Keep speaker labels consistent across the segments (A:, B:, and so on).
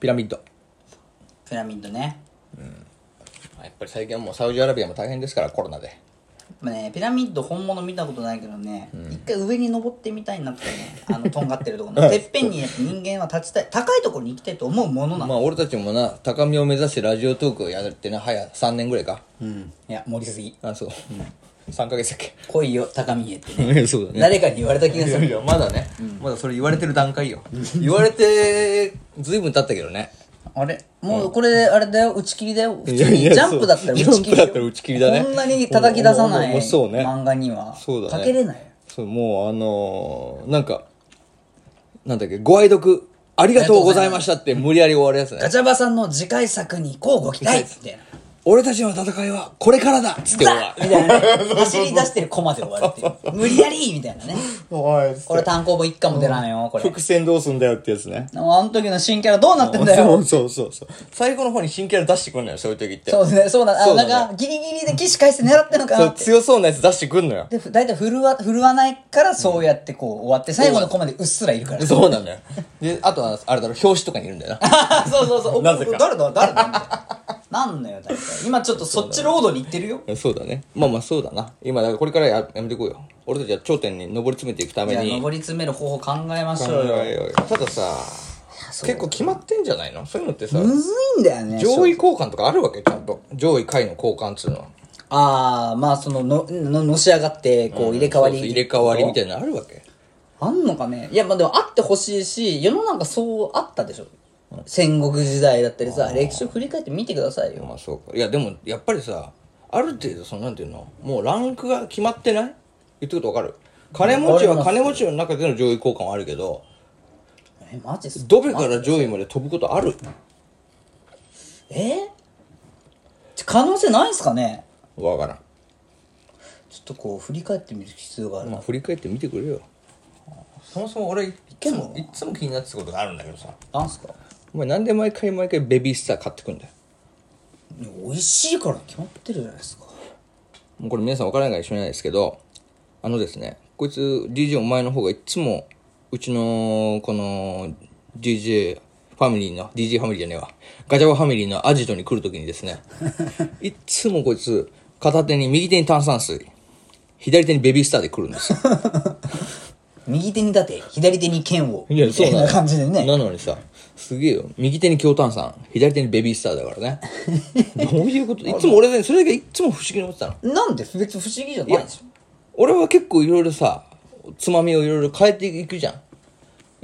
A: ピラミッド。
B: ピラミッドね。
A: やっぱり最近はもうサウジアラビアも大変ですから、コロナで。
B: まあね、ピラミッド本物見たことないけどね、一回上に登ってみたいなっ てね、あの、とんがってるところの。てっぺんにやっぱ人間は立ちたい、高いところに行きたいと思うものなの。
A: まあ俺たちもな、高みを目指してラジオトークをやってな、早3年ぐらいか。
C: いや盛りすぎ
A: あ、そう。3ヶ月だっ け。
C: 恋よ高見えってね
A: そうだね。
C: 誰かに言われた気が
A: い
C: す
A: やい
C: る
A: やまだね、まだそれ言われてる段階よ。言われて、ずいぶん経ったけどね。
B: あれもうこれ、あれだよ、打ち切りだよ。普通にジャンプだったら打
A: ジャン
B: ち
A: プ
B: 切り
A: だ
B: よ。
A: ったら打ち切りだね
B: こんなに叩き出
A: も
B: さな
A: うもうもう
B: い
A: そうね
B: 漫画には、
A: そうだね
B: かけれないよ。
A: そう、もうあのーなんか、なんだっけ、ご愛読、ありがとうございましたって無理やり終わるやつ
B: ガ
A: ね。
B: チャバさんの次回作に交互期待みたいな。
A: 俺たちの戦いはこれからだっつって終 わ
B: みたいなね。走り出してるコマで終わるってい う。無理やりみたいなね。
A: る。
B: これ単行本一巻も出らんよ、これ。
A: 伏線どうすんだよってやつね。
B: あの時の新キャラどうなってんだ
A: そ
B: よ。
A: うそうそうそう。最後の方に新キャラ出してくんのよ、そういう時って。
B: そうね、そうだ、あ
A: そ
B: の
A: うだね
B: なんか、ギリギリで起死回生狙ってんのか
A: そ
B: な
A: う
B: って。
A: 強そうなやつ出してくんのよ。
B: で、ふ大体振るわ、振るわないからそうやってこう終わって、最後のコマでうっすらいるから。
A: そうなんだよ。で、あとは、あれだろ、表紙とかにいるんだよな。
B: そうそうそう。お
A: なぜか
B: 誰だ誰だみたいな。なんのよ、大体。今ちょっとそっちロードに行ってるよ。
A: そうだね。まあまあそうだな。今、だからこれからややめていこうよ。俺たちは頂点に上り詰めていくため
B: じゃあ、
A: に。
B: 上り詰める方法考えましょう
A: い
B: よ。
A: やいやいやたださ、結構決まってんじゃないのそういうのってさ、
B: むずいんだよね。
A: 上位交換とかあるわけちゃんと。上位回の交換っつうのは。
B: ああ、まあそのの、の、のし上がって、こう入れ替わり、
A: そうそう入れ替わりみたいなのあるわけ。
B: あんのかねいや、まあでもあってほしいし、世の中そうあったでしょ。戦国時代だったりさ、歴史を振り返ってみてくださいよ。
A: まあそうか。いやでも、やっぱりさ、ある程度、そのなんていうのもうランクが決まってない言ってることわかる金持ちは金持ちの中での上位交換はあるけど、
B: え、マジっすか
A: ドベから上位まで飛ぶことある
B: えち可能性ないんすかね
A: わからん。
B: ちょっとこう、振り返ってみる必要がある。
A: まあ振り返ってみてくれよそもそも俺いつもいつも気になってたことがあるんだけどさ
B: なんすか
A: お前なんで毎回毎回ベビースター買ってくんだよ
B: いや美味しいから決まってるじゃないですか。
A: もうこれ皆さん分からないから一緒にないですけどあのですねこいつ DJ お前の方がいつもうちのこの DJ ファミリーの DJ ファミリーじゃねえわガチャバファミリーのアジトに来るときに ですねいっつもこいつ片手に右手に炭酸水左手にベビースターで来るんですよ
B: 右手に盾、左手に剣を。
A: いやそう
B: み
A: なの
B: たいな感じでね。
A: なのにさすげえよ右手に強炭酸左手にベビースターだから ねどういうこといつも俺ねそれだけいつも不思議に思ってたの
B: なんで別に不思議じゃないでしょ。
A: 俺は結構いろいろさつまみをいろいろ変えていくじゃん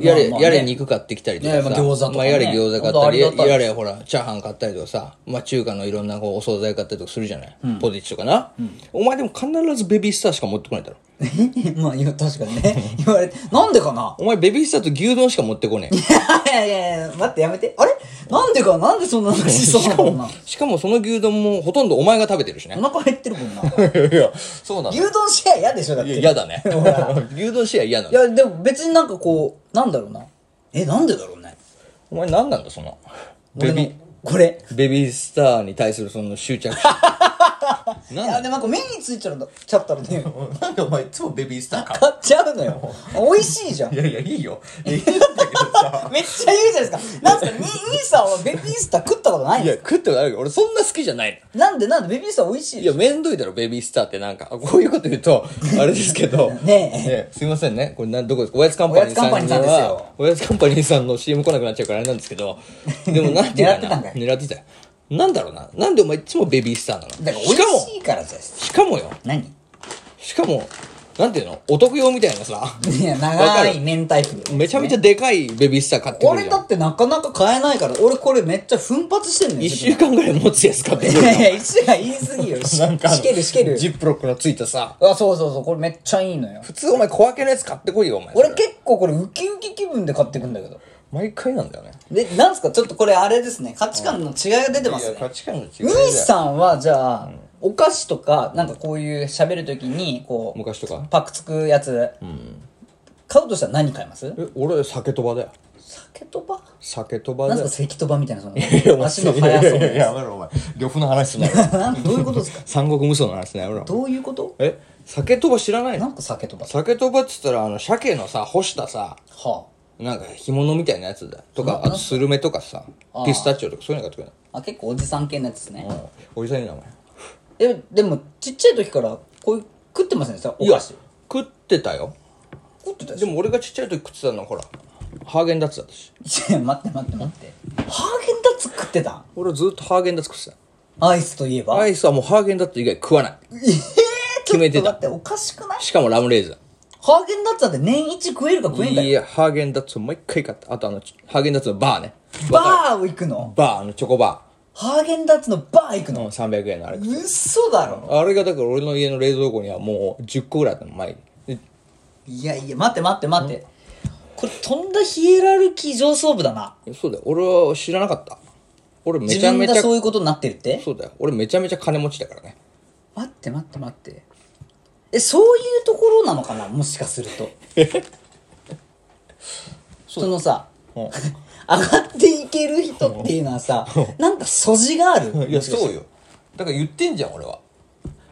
A: やれ、
B: まあまあね
A: やれ肉買ってきたりとかさ、
B: ねまあ餃子とかね
A: まあやれ餃子買
B: ほんとあ
A: ったり
B: りがたい
A: やれほらチャーハン買ったりとかさ、まあ、中華のいろんなこうお惣菜買ったりとかするじゃない、ポテチとかな、お前でも必ずベビースターしか持ってこないだろ
B: まあ、いや確かにね。言われて。なんでかな
A: お前ベビースターと牛丼しか持ってこねえ
B: いやいやいや、待ってやめて。あれなんでか、なんでそんな話しそうなのか
A: しかもその牛丼もほとんどお前が食べてるしね
B: な。お腹減ってる もんな。
A: いやいやそうなの
B: 牛丼シェア嫌でしょ、だって。
A: 嫌だ ね牛丼シェア嫌ない
B: や、でも別になんかこう、なんだろうな。え、なんでだろうね。
A: お前何なんだそのベビ
B: 俺のこれ。
A: ベビースターに対するその執着
B: い
A: なんだ
B: や、でもなんか目についちゃうのちゃったらね、
A: なんでお前いつもベビースター買
B: 買っちゃうのよ。美味しいじゃん。
A: い
B: めっ
A: やいやいい よいいんだけどさ
B: ちゃ言うじゃないですか。なんすか、に、兄さんはベビースター食ったことないん
A: い
B: で
A: や
B: すか
A: 食ったことあるけど俺そんな好きじゃない
B: なんでなんでベビースター美味しい
A: のい
B: で
A: や
B: しょ
A: めんどいだろベビースターってなんかあこういうこと言う とあれですけど
B: ねえ
A: すいませんねこれなんどこですかおやつカンパニーさん
B: おやつカンパニーさんですよ
A: おやつカンパニーさんの CM 来なくなっちゃうからあれなんですけどでもなんていうか
B: 狙ってたん
A: な
B: だよ
A: 狙ってたよなんだろうななんでお前いつもベビースターなの
B: だから美
A: しか
B: 味
A: も
B: しいからじゃないですか
A: しかもよ
B: 何
A: しかもなんていうのお得用みたいなさ
B: いや、
A: わか
B: 長
A: る
B: い明太子。
A: めちゃめちゃでかいベビースター買ってくる
B: 俺
A: じ
B: だ
A: ゃん
B: ってなかなか買えないから、俺これめっちゃ奮発してんのよ。
A: 1
B: 自分
A: 週間ぐらい持つやつ買って
B: い
A: くる
B: やいや、石が言い過ぎよ。し
A: なんかあの
B: しけるしける。
A: ジップロックのついたさ
B: あ、そうそうそう、これめっちゃいいのよ。
A: 普通お前小分けのやつ買ってこいよお前
B: 俺結構これウキウキ気分で買ってくんだけど。
A: 毎回なんだよね
B: で、なんすかちょっとこれあれですね。価値観の違いが出てますね。
A: 値観の違い
B: 兄さんはじゃあ、お菓子とか、なんかこういう喋るときに、こう、
A: 昔とか
B: パックつくやつ、買うとしたら何買います
A: え俺酒とばだよ
B: 酒とば
A: 酒とば
B: なん
A: だ
B: す
A: よ
B: か石とばみたいな、そ
A: いやお
B: の、
A: 前
B: 足の速そ
A: い
B: う
A: やいやいやや
B: な。
A: めろお前漁夫の話すなよ
B: なんどういうことですか
A: 三国無双の話すなよやめろ
B: どういうこと
A: え酒とば知らない
B: な
A: の
B: んか酒とば。は
A: 酒とばっつったらあの鮭のさ干したさ
B: あ。
A: なんか干物みたいなやつだとかあとスルメとかさ
B: あー
A: ピスタチオとかそういうのが得意な
B: あ結構おじさん系のやつですね
A: のおじさんいる名前
B: えでもちっちゃい時からこういう食ってませんでしたお
A: いや
B: 菓子
A: 食ってたよ
B: 食ってたで
A: でも俺がちっちゃい時食ってたのはほらハーゲンダッツだったし
B: しょ待って待って待ってハーゲンダッツ食ってたん
A: 俺はずっとハーゲンダッツ食って
B: アイスといえ
A: た
B: ば
A: アイスはもうハーゲンダッツ以外食わない 決めて
B: だ
A: た
B: っておかしくない
A: しかもラムレーズ
B: ハーゲンダッツだって年一食えるか食えんだ
A: い
B: よ
A: やハーゲンダッツ毎回買ったあとあのちハーゲンダッツのバーね
B: バ
A: わか
B: ーを行くの
A: るバーあのチョコバ
B: ハーゲンダッツのバー行く
A: ー
B: の
A: の300円のあれ
B: 嘘だろ
A: あれがだから俺の家の冷蔵庫にはもう10個ぐらいあったの前にで
B: いやいや待って待って待ってこれとんだヒエラルキー上層部だな
A: そうだよ俺は知らなかった俺め
B: 自
A: ちゃ
B: 分
A: め
B: が
A: ちゃ
B: そういうことになってるって
A: そうだよ俺めちゃめちゃ金持ちだからね
B: 待って待って待ってえそういうところなのかなもしかする とそのさ、
A: うん
B: 上がっていける人っていうのはさなんか素地がある
A: いやそうよだから言ってんじゃん俺は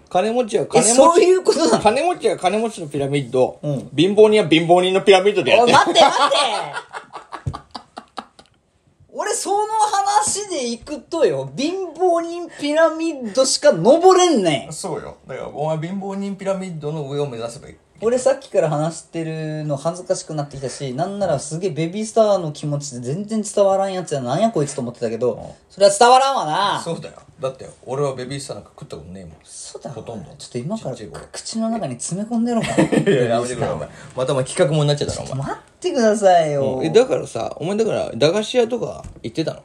A: 金持ちは金
B: え
A: 持ち
B: そういうことなの
A: 金持ちは金持ちのピラミッドを、貧乏人は貧乏人のピラミッドでやっ
B: お
A: て
B: い
A: る
B: 待って待って俺その話で行くとよ貧乏人ピラミッドしか登れんねん
A: そうよだからお前貧乏人ピラミッドの上を目指せばいい
B: 俺さっきから話してるの恥ずかしくなってきたしなんならすげえベビースターの気持ちで全然伝わらんやつやなんやこいつと思ってたけどそれは伝わらんわな
A: そうだよだって俺はベビースターなんか食ったことねえもん
B: そうだろ
A: ほとんど
B: ちょっと今か
A: ち
B: ら
A: っちゃい頃
B: 口の中に詰め込んでろか
A: いややめてくれお前またお前企画もんになっちゃったろお前
B: 待ってくださいよ
A: えだからさお前だから駄菓子屋とか行ってたの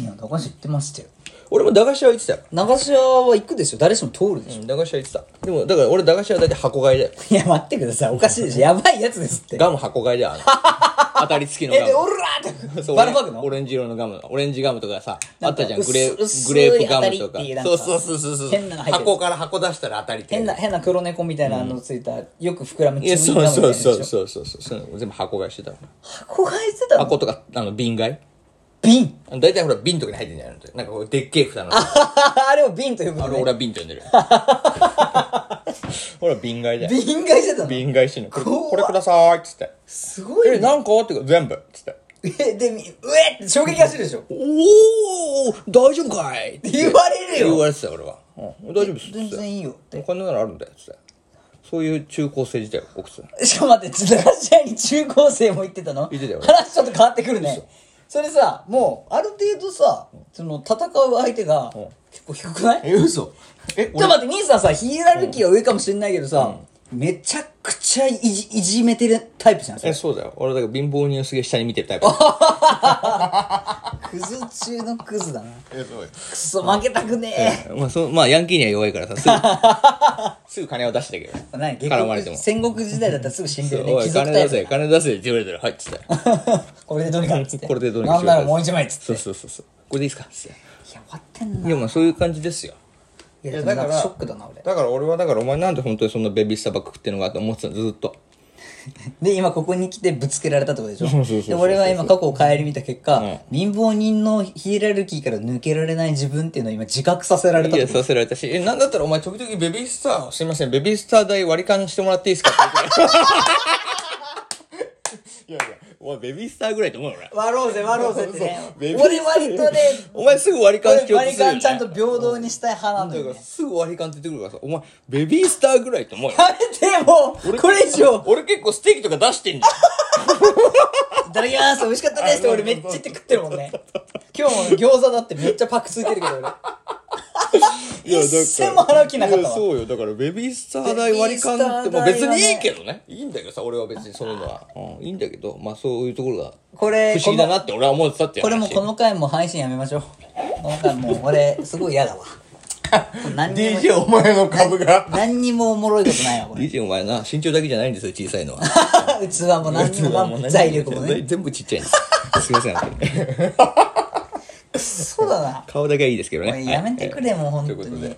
B: いや駄菓子行ってましたよ
A: 俺も駄菓子屋行ってたよ
B: 駄菓子屋は行くでしょ誰しも通るでしょ
A: うん駄菓子屋行ってたでもだから俺駄菓子屋大体箱買いだよ
B: いや、待ってください。おかしいでしょ。やばいやつです って。
A: ガム箱買いだよあの当たり付きの
B: え、
A: ガ
B: で、お
A: ム
B: るらーっ
A: そ
B: て。
A: う
B: バラバグの
A: オレンジ色のガムオレンジガムとかさあ
B: なん
A: っ
B: か
A: たじゃんグレー
B: 薄
A: グレー
B: 薄
A: プ
B: い
A: ガ
B: 当た
A: ム
B: り
A: とか
B: っていうなん
A: そ
B: か
A: うそうそうそうそう
B: 変なの入ってる
A: 箱から箱出したら当たりっていう
B: 変な、変な黒猫みたいなあのついた、よく膨らむ
A: いや
B: チュー
A: そう
B: ニングガムみたいな
A: そう
B: やつでし
A: そうそ
B: ょ
A: うそうそうそういうの全部箱買いしてたもん
B: 箱買いしてたの
A: 箱とかあの瓶買い
B: 瓶
A: あの大体ほら瓶とかに入ってんじゃないのなんかこうでっけえ蓋の
B: あれを瓶と呼
A: あ
B: ぶの
A: れ
B: ね。
A: 俺は瓶と呼んでる ほら瓶買いだよ
B: 瓶買いしてたの
A: 瓶買いしてんのこれ
B: 怖っ
A: これくださいっつって
B: すごい
A: え
B: ね。
A: 何個って言うから全部っつって
B: え、で、みうえって衝撃が走るでしょ。
A: おお大丈夫かいって
B: 言われる
A: 言わ
B: よ。
A: れてたよ俺は、うん、大丈夫ですっつ
B: 全
A: って
B: 然いいよっ
A: お
B: て。
A: 金ならあるんだよっつってそういう中高生時代を送ってた
B: しかも待って、駄菓子屋に中高生も行ってたの
A: 行ってたよ
B: 話ちょっと変わってくるね。それさ、もう、ある程度さ、その、戦う相手が、結構低くない
A: え嘘え
B: ちょっと待って、兄さんさ、ヒエラルキーは上かもしれないけどさ、めちゃくちゃいじいじめてるタイプじゃん、そ
A: え
B: れ。
A: そうだよ俺だから貧乏人をすげえ下に見てるタイプ
B: クズ中のクズだな。
A: えそうよ
B: くそ、負けたくね
A: まあ、そのまあヤンキーには弱いからさ すぐすぐ金を出してたけ
B: え。
A: ど
B: 何結
A: 絡まれて
B: 局、
A: も
B: 戦国時代だったらすぐ死んでるね。
A: お
B: 貴
A: い
B: 族
A: 金
B: タ
A: 出
B: イプだ
A: せ
B: な。
A: 金出せって言われたら「はい」っつって
B: これでどうにかっつって。
A: これでどうにか
B: な
A: し
B: ん
A: よう
B: な
A: ぜ
B: らもう一枚っつって。
A: そうそうそうそうこれでいいっすかっつって
B: いや、終わってんな。
A: いやまあそういう感じですよ
B: いや、だから、ショックだな、俺。
A: だから俺はだからお前なんで本当にそんなベビースターばっか食ってんのかと思ってたのずっと
B: で、今ここに来てぶつけられたってことでしょ
A: そうそうそうそう
B: で、俺は今過去を顧みた結果、
A: ん
B: 貧乏人のヒエラルキーから抜けられない自分っていうのを今自覚させられたっ
A: い
B: て
A: や
B: こと
A: させられたしえなんだったらお前時々ベビースターすいませんベビースター代割り勘してもらっていいですかって言 っていやいやお前ベビースターぐらいと思うよ俺
B: 割ろうぜ割ろうぜってね
A: ベビー
B: 俺 割とね
A: お前すぐ割り勘しようと
B: 割
A: する
B: り
A: よ、
B: 勘
A: ね、
B: ちゃんと平等にしたい派なんだ
A: だか
B: よ
A: ら
B: ね
A: すぐ割り勘って言ってくるからさお前ベビースターぐらいと思うよ
B: やめてもうこれ以上
A: 俺結構ステーキとか出してんじゃん
B: いただきます美味しかったですって俺めっちゃ言って食ってるもんね今日も餃子だってめっちゃパクついてるけど俺
A: いやだから
B: 一銭も払う気なかったわ
A: いやそうよだからベビースター代割り勘って、まあ、
B: ベ
A: 別
B: ビースター代はね
A: にいいけどねいいんだけどさ俺は別にそういうのは、うん、いいんだけどまあそういうところが
B: これ
A: 不思議だなって俺は思ってたって
B: これもうこ
A: の
B: の回も配信やめましょうこの回もう俺すごい嫌だわ何にも
A: お前の株が
B: 何にもおもろいことない わこれ
A: DJ お前な身長だけじゃないんですよ小さいのは
B: 器も何にも何も財力もね
A: 全部ちっちゃいんですすいません本当に
B: そうだな
A: 顔だけはいいですけど
B: お
A: ね
B: いやめてくれもう
A: はい
B: 本当
A: ということ
B: に
A: で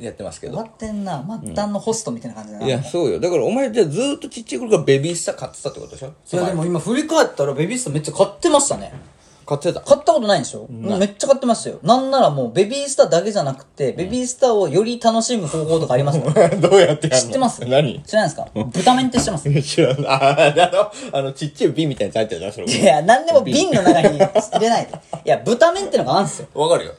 A: やってますけ
B: 終わ
A: ど
B: ってんな末端のホストみたいな感じだない
A: やそうよだからお前じゃあずーっとちっちゃい頃からベビースター買ってたってことでしょ
B: いやでも今振り返ったらベビースターめっちゃ買ってましたね
A: 買って た。
B: 買ったことないんでしょもうめっちゃ買ってましたよ。なんならもうベビースターだけじゃなくて、ベビースターをより楽しむ方法とかありますもん 知っ
A: どうやってやるの
B: てます
A: 何
B: 知らないですか豚麺って知ってます
A: 知らない。 ああの、あの、ちっちゃい瓶みたいなやつ入ってるな、それ。
B: いや、なんでも瓶の中に入れないで。いや、豚麺ってのがあるんですよ。
A: わかるよ。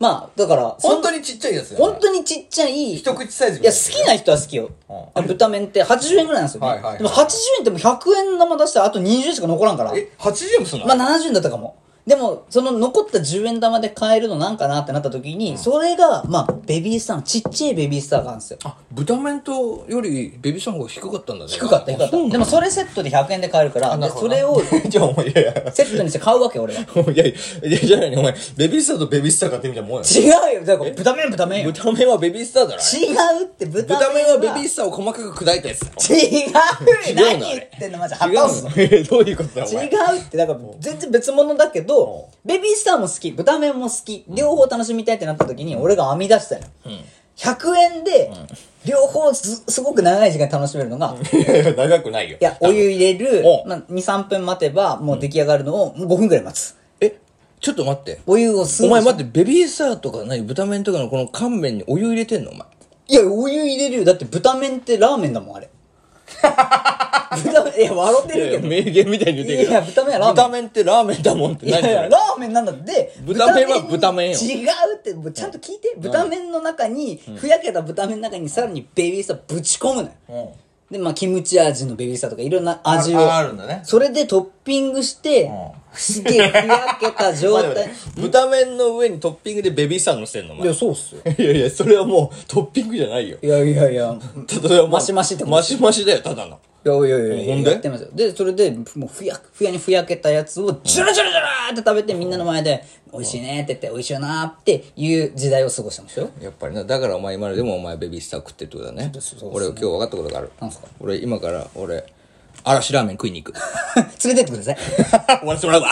B: まあ、だから、そ
A: 本当にちっちゃいやつだよね
B: 本当にちっちゃい、い
A: 一口サイズぐ
B: や、
A: らい。
B: 好きな人は好きよ。あ豚麺って80円ぐらいなんですよね。
A: はいはいはい
B: でも80円ってもう100円玉出したらあと20円しか残らんから。
A: え、80円もすんの
B: まあ70円だったかも。でも、その残った10円玉で買えるのなんかなってなった時に、それが、まあ、ベビースターの、ちっちゃいベビースターがあるんですよ。
A: あ、豚麺とよりベビーさんの方が低かったんだね。
B: 低かった、低かった。
A: あ
B: でも、それセットで100円で買えるから、でそれを
A: そう じゃあ、お前、いやいや。
B: セットにして買うわけよ、俺は。
A: いやいや、いやじゃないお前、ベビースターとベビースター買ってみたいなもんや
B: 違うよ、だから豚麺、豚麺よ。
A: 豚麺はベビースターだろ。
B: 違うって、豚
A: 豚
B: 麺
A: 麺
B: は
A: はベビースターを細かく砕いたやつだろ。
B: 違う
A: 違うの
B: 何言ってんのマジ葉っぱをす
A: 違うの どういうことだ、お前。
B: 違うってだから全然別物だけどベビースターも好き豚麺も好き両方楽しみたいってなった時に俺が編み出したよ、100円で両方すすごく長い時間楽しめるのが、い
A: いやいや長くないよ。
B: やお湯入れる
A: お、
B: まあ、23分待てばもう出来上がるのを5分くらい待つ
A: え、ちょっと待って。
B: お湯を吸う
A: お前待って、ベビースターとか何豚麺とかのこの乾麺にお湯入れてんのお前。
B: いやお湯入れるよだって豚麺ってラーメンだもん あれ豚麺いや笑ってるけど
A: 名言みたいに言
B: いや豚麺はラーメン
A: 豚麺ってラーメンだもんって
B: いや
A: 何
B: いや、
A: そ
B: ラ
A: れ
B: ーメンなんだって。
A: 豚麺は豚麺よ
B: 違うって、もうちゃんと聞いて。豚麺の中に、ふやけた豚麺の中にさらにベビースターぶち込むのよ。で、まあ、キムチ味のベビースターとかいろんな味を。
A: ああるんだね
B: それでトッピングして、すげえふやけた状
A: 待って
B: 態。
A: 待って豚麺の上にトッピングでベビースター乗せんのお
B: い
A: 前。
B: や、
A: い
B: そうっすよ。
A: やいや、それはもうトッピングじゃないよ。
B: いやいやいや。
A: ただ、
B: マシマシってこと
A: マシマシだよ、ただの。
B: いやいやいやいや、
A: ほんで
B: やってますよ。で、それで、もうふや、ふやにふやけたやつを、ジュルジュルジュルって食べて、みんなの前で、美味しいねって言って、美味しいよなーっていう時代を過ごしてましたよ。
A: やっぱりな、だからお前今のでもお前ベビースター食ってってことだね。俺今日分かったことがある。
B: なんすか
A: 俺今から俺、嵐ラーメン食いに行く。
B: 連れてってください。
A: 終わらせてもらうわ。